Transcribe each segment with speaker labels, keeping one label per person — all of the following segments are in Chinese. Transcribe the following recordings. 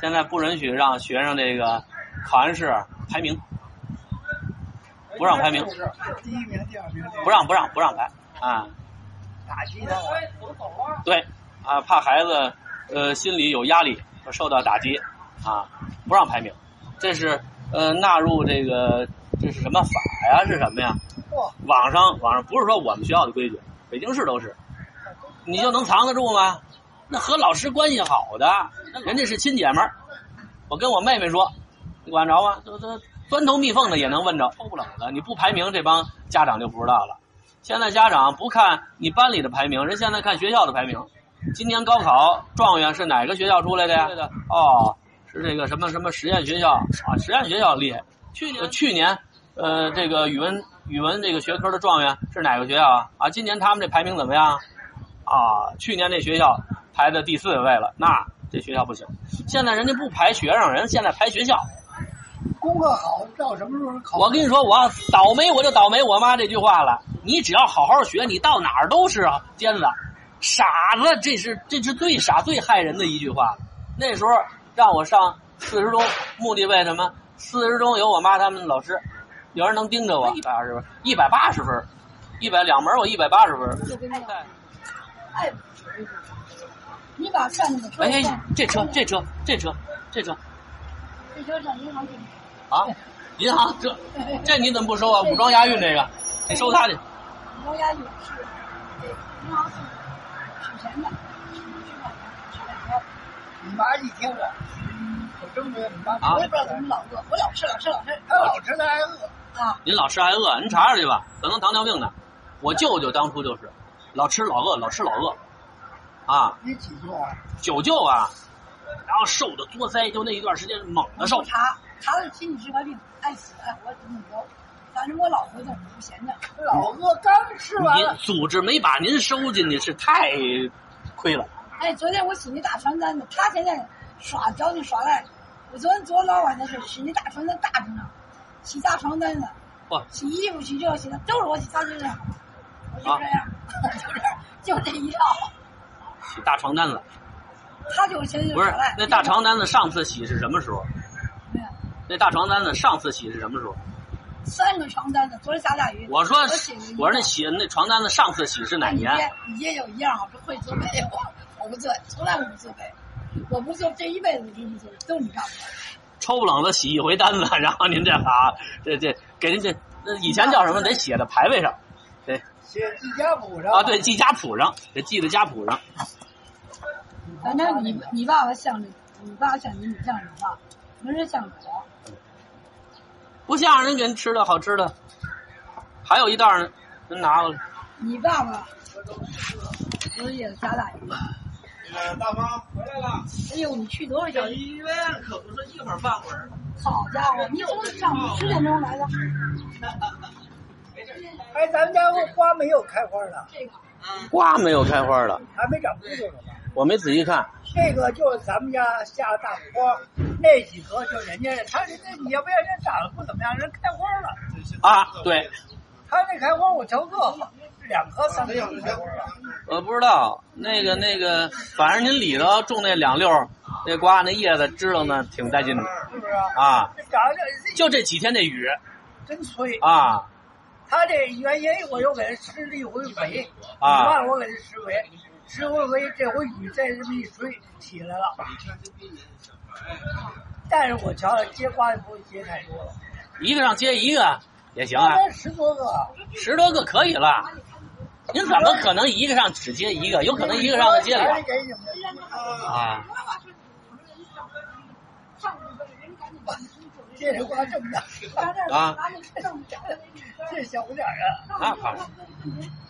Speaker 1: 现在不允许让学生这个考完试排名，不让排名，
Speaker 2: 第一名、第二名，
Speaker 1: 不让不让不让排啊。
Speaker 2: 打击他，
Speaker 1: 对啊，怕孩子呃心里有压力，受到打击啊，不让排名，这是呃纳入这个这是什么法呀？是什么呀？
Speaker 2: 哇，
Speaker 1: 网上网上不是说我们学校的规矩，北京市都是，你就能藏得住吗？那和老师关系好的，那人家是亲姐们儿，我跟我妹妹说，你管着吗？这这钻头蜜缝的也能问着，偷不冷的。你不排名，这帮家长就不知道了。现在家长不看你班里的排名，人现在看学校的排名。今年高考状元是哪个学校出来的呀？哦，是这个什么什么实验学校啊？实验学校厉害。去年去年，呃，这个语文语文这个学科的状元是哪个学校啊？啊，今年他们这排名怎么样？啊，去年这学校排在第四位了，那这学校不行。现在人家不排学生，人家现在排学校。
Speaker 2: 功课好，到什么时候考？
Speaker 1: 我跟你说，我倒霉我就倒霉我妈这句话了。你只要好好学，你到哪儿都是啊尖子、傻子，这是这是最傻最害人的一句话。那时候让我上四十中，目的为什么？四十中有我妈他们老师，有人能盯着我一啊百二十分，一百八十分，一百两门我一百八十分。
Speaker 3: 就跟那个
Speaker 1: 在
Speaker 3: 哎，你把上你的车
Speaker 1: 哎
Speaker 3: 上，，
Speaker 1: 这车这车这车这车
Speaker 3: 这车上银行去。
Speaker 1: 啊，银行这这你怎么不收啊？武装押运这个，你收他去。
Speaker 3: 国家有是银行是取钱的，取取买卖取买卖。
Speaker 2: 你妈一听我，我真觉得你妈
Speaker 1: 啊
Speaker 3: 我也不知道怎么老饿，我老吃老吃老吃
Speaker 2: 他老吃他还饿，
Speaker 3: 啊！
Speaker 1: 您老吃还饿，您查查去吧，可能糖尿病呢。我舅舅当初就是，老吃老饿，老吃老饿，啊，
Speaker 2: 你几岁啊？
Speaker 1: 九舅啊，然后瘦的多灾，就那一段时间是猛的瘦。
Speaker 3: 查查了亲戚是块病，爱死爱活怎么着？反正我老回头不闲着，
Speaker 2: 老饿刚吃完
Speaker 1: 您
Speaker 2: 了，
Speaker 1: 组织没把您收进去是太亏了，
Speaker 3: 哎，昨天我洗那大床单子，他现在耍矫情耍赖。我昨天昨天老晚的是洗那大床单大着呢，洗大床单呢
Speaker 1: 哇，
Speaker 3: 洗衣服洗这洗那都是我洗，他就这样，我
Speaker 1: 啊
Speaker 3: 就这样， 就这样，就这一套，
Speaker 1: 洗大床单子
Speaker 3: 他就是嫌弃
Speaker 1: 不是
Speaker 3: 耍赖。嗯
Speaker 1: 那大床单子上次洗是什么时候？
Speaker 3: 没有
Speaker 1: 那大床单子上次洗是什么时候？
Speaker 3: 三个床单子，昨天下大雨。
Speaker 1: 我说
Speaker 3: 我洗了一
Speaker 1: 我说那洗那床单子上次洗是哪年？
Speaker 3: 你也有一样好，这会做被窝，我不做，从来我不做被窝，我不做，这一辈子给你做，都你干的。
Speaker 1: 抽不冷子洗一回单子，然后您这啊，这这给人这那以前叫什么？得写在牌位上
Speaker 2: 写一家补上
Speaker 1: 啊，对，，记家谱上，得记在家谱上。
Speaker 3: 反正哎你你爸爸像你，你爸像你，你像你爸，没人像我。
Speaker 1: 不像人给人吃的好吃的，还有一袋儿呢，人拿过来。
Speaker 3: 你爸爸，我也下大雨。
Speaker 4: 大方回来了，
Speaker 3: 哎呦，你去多少小时？
Speaker 4: 医院可不是一会儿半会儿。
Speaker 3: 好家伙，你从上午十点钟来的，
Speaker 2: 哎，咱们家花没有开花呢，
Speaker 3: 这个
Speaker 1: 瓜没有开花的，
Speaker 2: 还没长葡萄呢吧？
Speaker 1: 我没仔细看。
Speaker 2: 这个就是咱们家下大花，那几棵就人家他人家你要不然人长得不怎么样，人开花了，
Speaker 1: 啊，对，
Speaker 2: 他这开花我瞧个两棵三棵就开花了，
Speaker 1: 我不知道那个那个，反正您里头种那两溜儿那瓜那叶子支棱的挺带劲的
Speaker 2: 是不是啊？
Speaker 1: 啊。
Speaker 2: 这长得
Speaker 1: 就这几天这雨
Speaker 2: 真催，
Speaker 1: 啊
Speaker 2: 他这原因我又给他施了一回肥，你
Speaker 1: 啊，
Speaker 2: 看我给他施肥，施回肥这回雨再这么一吹起来了，但是我瞧着结瓜也不会结太多了，
Speaker 1: 一个上接一个也行啊。
Speaker 2: 才十多个，
Speaker 1: 十多个可以了，您怎么可能一个上只接一个？有可能一个上接俩
Speaker 2: 还给你们
Speaker 1: 啊！
Speaker 2: 这人瓜这么大，
Speaker 1: 啊
Speaker 2: 这小不点儿啊！
Speaker 1: 那怕是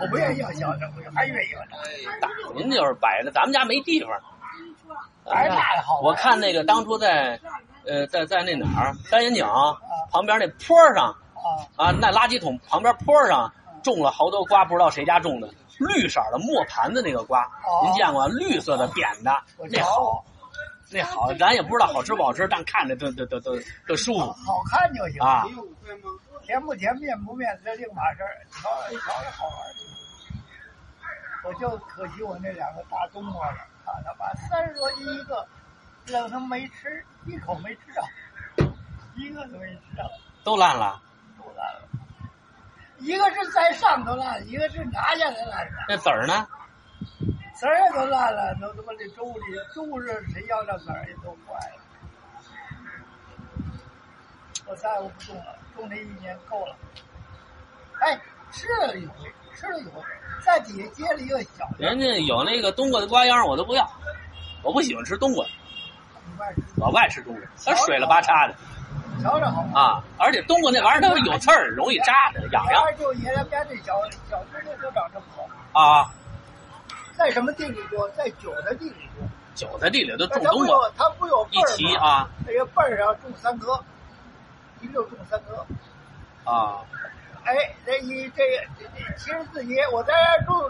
Speaker 2: 我不愿意要小的，我还愿意要大的。
Speaker 1: 大，您就是摆着，咱们家没地方。
Speaker 2: 还是大的好
Speaker 1: 我看那个当初在，呃，在在那哪儿，三眼井旁边那坡上
Speaker 2: 啊！
Speaker 1: 啊，那垃圾桶旁边坡上种了好多瓜，不知道谁家种的，绿色的磨盘的那个瓜，您见过？绿色的扁的，
Speaker 2: 啊我觉
Speaker 1: 那
Speaker 2: 得
Speaker 1: 好
Speaker 2: 好，
Speaker 1: 那好，咱也不知道好吃不好吃，但看着都都都都都舒服
Speaker 2: 好看就行
Speaker 1: 啊。
Speaker 4: 有五块吗？
Speaker 2: 甜不甜、面不面，这另码事儿。瞧着瞧着好玩儿。我就可惜我那两个大冬瓜了，啊他妈三十多斤一个，冷上没吃，一口没吃着，一个都没吃着，
Speaker 1: 都烂了。
Speaker 2: 肚烂了。一个是在上头烂，一个是拿下来烂的，
Speaker 1: 那籽儿呢？
Speaker 2: 籽儿也都烂了，都他妈的粥里粥是谁要那籽儿也都坏了。我再我不种了，种这一年够了。哎，吃了一回，吃了一回，在底下接了一个小的，
Speaker 1: 人家有那个冬瓜的瓜秧，我都不要，我不喜欢吃冬瓜，
Speaker 2: 你外吃，
Speaker 1: 我不爱吃冬瓜，它水了吧叉的
Speaker 2: 瞧着好吗？
Speaker 1: 啊！而且冬瓜那玩意儿它有刺儿，容易扎着，痒痒
Speaker 2: 我二舅爷他们家这小小石榴就长这么好，
Speaker 1: 啊。
Speaker 2: 在什么地里多？在韭菜地里多。
Speaker 1: 韭菜地里都
Speaker 2: 那
Speaker 1: 种
Speaker 2: 它不
Speaker 1: 冬瓜，
Speaker 2: 有它不有
Speaker 1: 一
Speaker 2: 辈儿
Speaker 1: 齐
Speaker 2: 吗？
Speaker 1: 啊
Speaker 2: 那个辈儿上种三棵，一溜种三棵。
Speaker 1: 啊！
Speaker 2: 哎，这一这这这七十四年，我在这儿住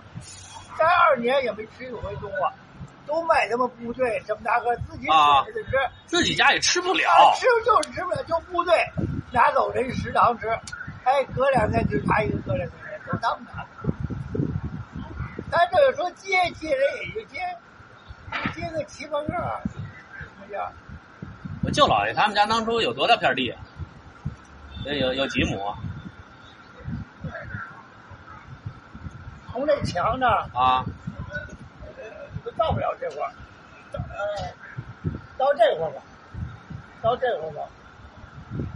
Speaker 2: 待二年也没吃一回冬瓜，都卖他妈部队什么大个自己
Speaker 1: 啊
Speaker 2: 煮着吃，
Speaker 1: 自己家也吃不了，
Speaker 2: 啊吃就是吃不了，就部队拿走人食堂吃。哎，隔两天就拿一个，隔两天都他们拿的。咱这说接接人也就接，接个七八个儿，哎什么样？
Speaker 1: 我舅姥爷他们家当初有多大片地啊？有有有几亩
Speaker 2: 从这墙那儿
Speaker 1: 啊？
Speaker 2: 呃都到不了这块儿，到呃到这块儿吧，到这块儿吧。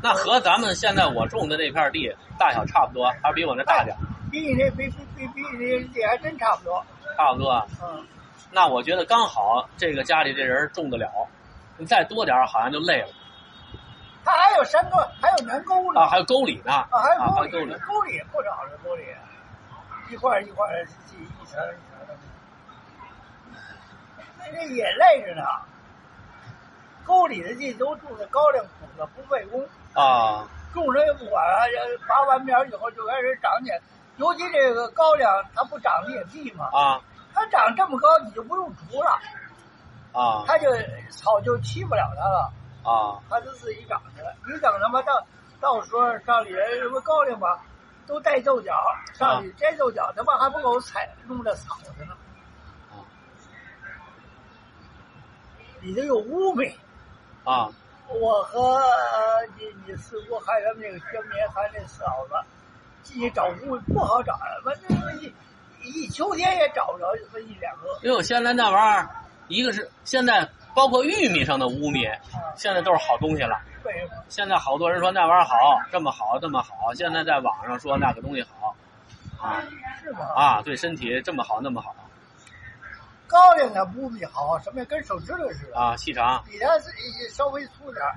Speaker 1: 那和咱们现在我种的这片地大小差不多，还比我那大点儿，
Speaker 2: 比你这比比比比你这还真差不多。
Speaker 1: 差不多。啊
Speaker 2: 嗯，
Speaker 1: 那我觉得刚好这个家里这人种得了，你再多点儿好像就累了
Speaker 2: 它还有山沟，还有南沟呢。
Speaker 1: 啊。还有沟里呢，
Speaker 2: 啊，还有
Speaker 1: 还
Speaker 2: 沟
Speaker 1: 有沟里
Speaker 2: 里，，沟里也不少了，沟里一块儿一块儿一一层一层的，那这也累着呢。沟里的地都种的高粱谷子，不费工，
Speaker 1: 啊
Speaker 2: 种谁也不管啊。这拔完苗以后就开始长起来，尤其这个高粱，它不长裂地嘛，
Speaker 1: 啊
Speaker 2: 它长这么高，你就不用除了，
Speaker 1: 啊
Speaker 2: 它就草就欺负不了它了。
Speaker 1: 啊！
Speaker 2: 他就自己长去了。你等他妈到到时候上里人什么高粱吧，都带豆角，上里摘豆角，他妈还不够采弄这草的呢
Speaker 1: 啊。
Speaker 2: 里头有乌梅，
Speaker 1: 啊，
Speaker 2: 我和呃你你四姑还有他们那个薛明还有那嫂子，进去找乌梅不好找啊，完这他妈一一秋天也找不着就这一两个
Speaker 1: 因为我现在那玩意儿，一个是现在包括玉米上的污米，
Speaker 2: 啊，
Speaker 1: 现在都是好东西了。
Speaker 2: 为什么？
Speaker 1: 现在好多人说那玩意儿好，这么好，这么好。现在在网上说那个东西好，啊
Speaker 2: 是吗？
Speaker 1: 啊，对身体这么好那么好
Speaker 2: 高粱的乌米好，什么呀跟手指头似的。
Speaker 1: 啊，细长
Speaker 2: 比它自己稍微粗点儿，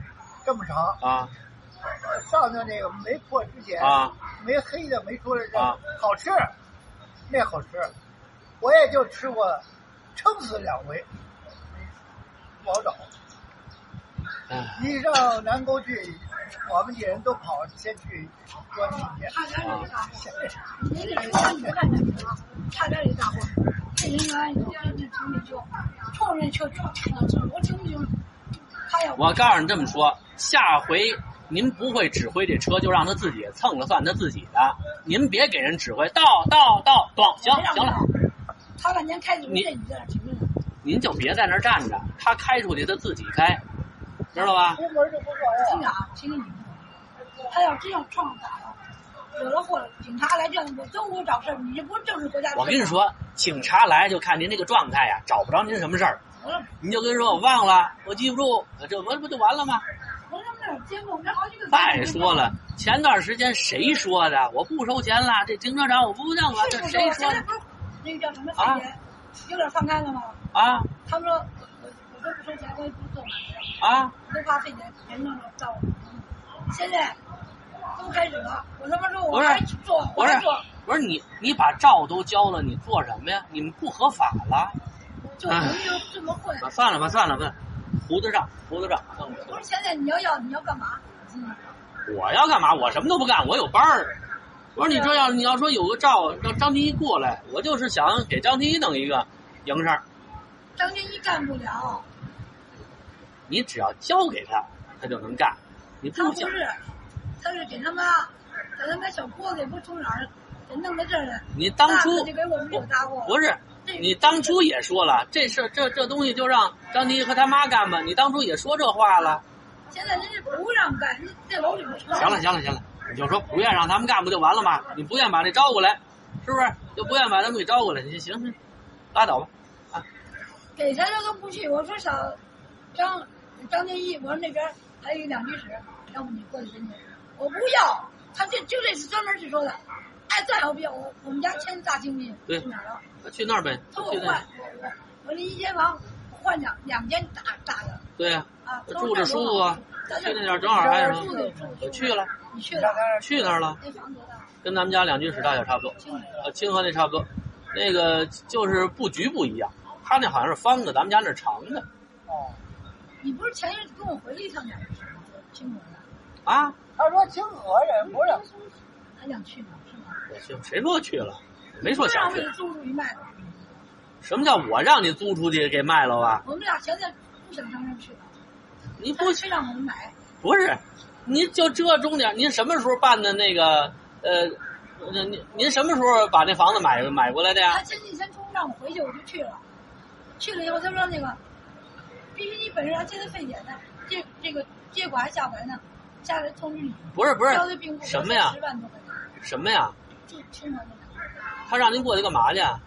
Speaker 2: 这么长。
Speaker 1: 啊
Speaker 2: 上头那个没破之前，
Speaker 1: 啊
Speaker 2: 没黑的没出来这、
Speaker 1: 啊
Speaker 2: 好吃，那好吃，我也就吃过，撑死两回，不好找。
Speaker 1: 唉
Speaker 2: 一上南沟去，我们几人都跑先去关进去。
Speaker 3: 差点儿有大祸，没点儿干点儿差点儿有大祸。这人员有跟着城里就冲着就冲着走，我听不清，他要
Speaker 1: 我告诉你这么说，下回您不会指挥这车，就让他自己蹭了算他自己的，您别给人指挥。到到到，咣，行
Speaker 3: 没让
Speaker 1: 行了，
Speaker 3: 我走，他半天开着
Speaker 1: 你
Speaker 3: 这你在那儿停着呢。
Speaker 1: 您就别在那儿站着，他开出去他自己开，知道吧？
Speaker 2: 出门就不管
Speaker 3: 厅
Speaker 2: 了，
Speaker 3: 长，请你们，他要真要撞打了，惹了祸了，警察来这样，我都给我找事儿，你这不就是国家？
Speaker 1: 我跟你，说，警察来就看您这个状态呀、找不着您什么事儿，
Speaker 3: 我让
Speaker 1: 您就跟说我忘了，我记不住，这不不就完了吗？
Speaker 3: 我让那儿监控，这好几个。
Speaker 1: 再说，了，前段时间谁说的？我不收钱了，这停车场我不让了，这
Speaker 3: 是不是？
Speaker 1: 谁
Speaker 3: 现
Speaker 1: 说
Speaker 3: 在
Speaker 1: 的
Speaker 3: 不是那个叫什么肺炎，有点放开了吗？
Speaker 1: 啊
Speaker 3: 他们说，我我都不收钱，我也不做买卖，
Speaker 1: 啊？
Speaker 3: 我都怕肺炎严重了到我们。现在都开始了，我他妈说我
Speaker 1: 不是
Speaker 3: 还做，我
Speaker 1: 不是
Speaker 3: 还做，
Speaker 1: 我说你你把照都交了，你做什么呀？你们不合法了。
Speaker 3: 就我们就这么混。
Speaker 1: 啊，算了吧，算了吧，胡子上，胡子啊上。
Speaker 3: 不是现在你要要你要干嘛？嗯
Speaker 1: 我要干嘛？我什么都不干，我有班儿。我说你这要你要说有个照让张天一过来，我就是想给张天一弄一个营事儿。
Speaker 3: 张军一干不了。
Speaker 1: 你只要交给他，他就能干。你
Speaker 3: 他
Speaker 1: 不
Speaker 3: 不
Speaker 1: 交，
Speaker 3: 是，他是给他妈，给他妈小锅给不从哪儿给弄到这儿来，
Speaker 1: 你当初
Speaker 3: 那就给我们有搭过。
Speaker 1: 不是你当初也说了，这事儿这这东西就让张迪和他妈干吧。你当初也说这话了。
Speaker 3: 现在人家不让干，人家在楼里边成。
Speaker 1: 行了，行了，行了，你就说不愿让他们干不就完了吗？你不愿把那招过来，是不是？就不愿把他们给招过来，你行行，拉倒吧。
Speaker 3: 给他他都不去。我说小张张天翼，我说那边还有两居室，要不你过去申请？我不要，他这就这次专门去说的。哎，再有病，我我们家签大经济
Speaker 1: 对
Speaker 3: 去哪儿了？
Speaker 1: 去那儿呗，
Speaker 3: 他说
Speaker 1: 去
Speaker 3: 我
Speaker 1: 那儿
Speaker 3: 换，。我我我这一间房我换两两间大大的
Speaker 1: 对呀、
Speaker 3: 啊，
Speaker 1: 他
Speaker 3: 都
Speaker 1: 住着舒服啊
Speaker 3: 在楼
Speaker 1: 去
Speaker 3: 上
Speaker 1: 那点儿正好还有
Speaker 3: 住的住的
Speaker 1: 我去了，
Speaker 3: 你去了，
Speaker 1: 去那儿了，
Speaker 3: 那房多大？
Speaker 1: 跟咱们家两居室大小差不多，
Speaker 3: 清楚。
Speaker 1: 呃，清河那差不多。那个就是布局不一样，他那好像是方的，咱们家那是长的
Speaker 2: 哦，
Speaker 3: 你不是前日跟我回了一趟两居室吗？清楚了，
Speaker 1: 啊。
Speaker 2: 他说清河人不是，
Speaker 3: 还想去呢，是吗？
Speaker 1: 我去，谁说去了？没说
Speaker 3: 不啊让
Speaker 1: 想
Speaker 3: 我
Speaker 1: 去
Speaker 3: 给。租出去卖了，
Speaker 1: 什么叫我让你租出去给卖了吧？
Speaker 3: 我们俩现在不想上那儿去了。
Speaker 1: 你不啊
Speaker 3: 不去让我们买，
Speaker 1: 不是，您就这钟点，您什么时候办的那个呃，呃您您什么时候把那房子买买过来的呀
Speaker 3: 他？前几天中午让我回去，我就去了。去了以后，他说那个必须你本人来接他肺检的，这这个结果还下不来呢，下来通知你。
Speaker 1: 不是不是
Speaker 3: 交的病故
Speaker 1: 什么呀
Speaker 3: 十万多块钱，
Speaker 1: 什么呀？
Speaker 3: 就清朝那个
Speaker 1: 他让您过去干嘛去？啊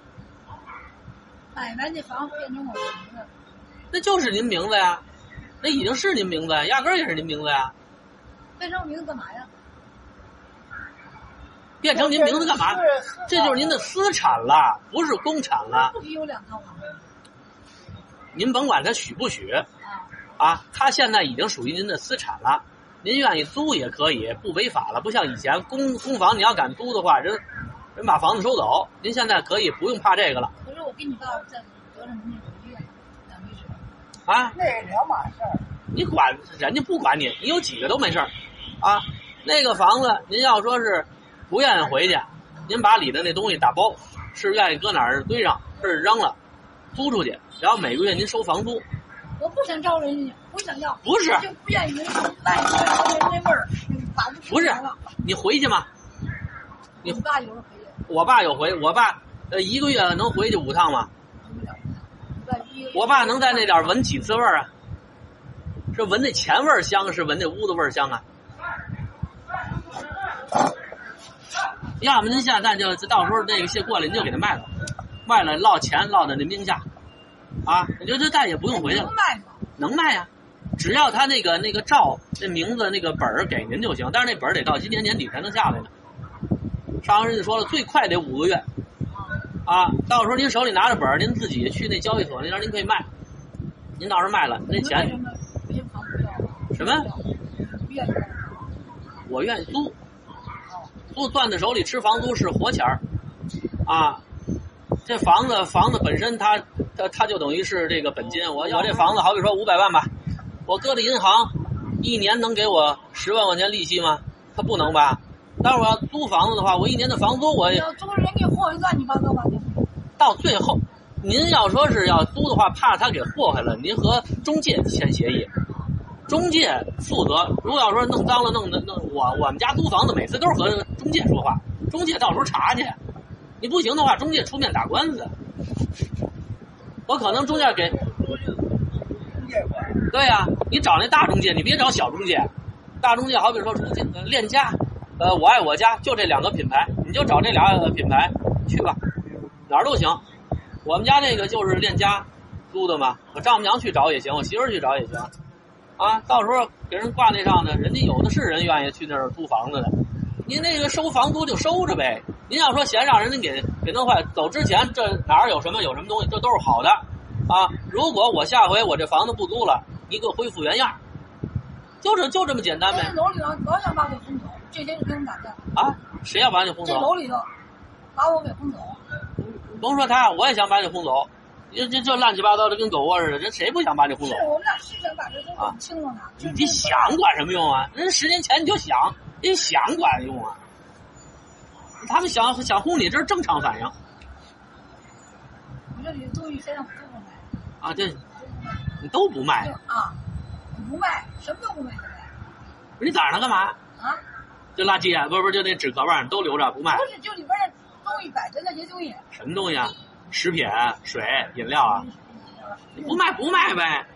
Speaker 3: 买卖那房变成我名字，
Speaker 1: 那就是您名字呀，那已经是您名字呀，压根儿也是您啊名字呀。
Speaker 3: 变成我名字干嘛呀？
Speaker 1: 变成您名字干嘛？这就是您的私产了，不是公产了。
Speaker 3: 不许有两套房
Speaker 1: 您甭管他许不许
Speaker 3: 啊！
Speaker 1: 啊，他现在已经属于您的私产了。您愿意租也可以，不违法了。不像以前公公房，你要敢租的话，人人把房子收走。您现在可以不用怕这个了
Speaker 3: 可是我跟你爸爸在德胜门那有医院，两居室，
Speaker 1: 啊！
Speaker 2: 那是两码事儿。
Speaker 1: 你管人家不管你，你有几个都没事儿啊。那个房子您要说是不愿意回去，您把里头那东西打包，是愿意搁哪儿堆上，是扔了，租出去，然后每个月您收房租。
Speaker 3: 我不想招人家，不想要，
Speaker 1: 不是
Speaker 3: 我就不愿意人卖出来，人那味儿，把不
Speaker 1: 不是
Speaker 3: 了。
Speaker 1: 你回去嘛，
Speaker 3: 你爸有时候回去。
Speaker 1: 我爸有回，我爸呃一个月能回去五趟嘛，我
Speaker 3: 我
Speaker 1: 爸能在那点儿闻几次味儿啊？是闻那钱味儿香，是闻那屋子味儿香啊？要么您现在就到时候那个蟹过来，您就给它卖了，卖了落钱落在那冰下，啊，你就这蛋也不用回去了
Speaker 3: 能，卖吗？
Speaker 1: 能卖呀、只要他那个那个照那名字那个本儿给您就行，但是那本儿得到今年年底才能下来呢。上回人家说了，最快得五个月，啊，到时候您手里拿着本儿，您自己去那交易所那边您可以卖，您到时候卖了，那
Speaker 3: 为什
Speaker 1: 钱
Speaker 3: 么别人房不要了？
Speaker 1: 什么？
Speaker 3: 不愿意要
Speaker 1: 我愿意租，租攥在手里吃房租是活钱儿，啊，这房子房子本身它它它就等于是这个本金，我我这房子好比说五百万吧，我搁在银行，一年能给我十万块钱利息吗？它不能吧？但是我要租房子的话，我一年的房租我
Speaker 3: 你
Speaker 1: 也
Speaker 3: 要租人给货乱七八糟吧？
Speaker 1: 到最后，您要说是要租的话，怕他给祸害了，您和中介签协议，中介负责。如果要说弄脏了，弄的弄我我们家租房子每次都是和中介说话，中介到时候查去，你不行的话，中介出面打官司。我可能中介给
Speaker 2: 结果
Speaker 1: 对呀、你找那大中介，你别找小中介。大中介好比说中介呃链家，呃，我爱我家，就这两个品牌，你就找这俩呃品牌去吧，哪儿都行。我们家那个就是链家租的嘛，我丈母娘去找也行，我媳妇儿去找也行。啊，到时候给人挂那上呢，人家有的是人愿意去那儿租房子的。您那个收房租就收着呗，您要说嫌让人家给给弄坏，走之前这哪儿有什么有什么东西，这都是好的。啊，如果我下回我这房子不租了，你给我恢复原样儿，就这就这么简单
Speaker 3: 但是
Speaker 1: 呗
Speaker 3: 楼里头老想把我给轰走，这天就跟我打架，
Speaker 1: 啊！谁要把你轰
Speaker 3: 这
Speaker 1: 走？
Speaker 3: 楼里头把我给轰走，
Speaker 1: 甭说他，我也想把你轰走，这这这乱七八糟的跟狗窝似的，人谁不想把你轰
Speaker 3: 是
Speaker 1: 走？
Speaker 3: 我们俩是想把这东西清了呢。就是
Speaker 1: 你想管什么用啊？人十年前你就想，人想管用啊？他们想想轰你，这是正常反应
Speaker 3: 我这里的东西先让我哥哥买，
Speaker 1: 啊！这你都不卖
Speaker 3: 就，啊，我不卖，什么都不卖，现在
Speaker 1: 你攒着它干嘛？
Speaker 3: 啊，
Speaker 1: 就垃圾啊，不是不是，就那纸壳儿吧，都留着不卖
Speaker 3: 不，是就里边的东西摆着那些东西，
Speaker 1: 什么东西啊？食品、水、饮料啊，不卖不卖呗。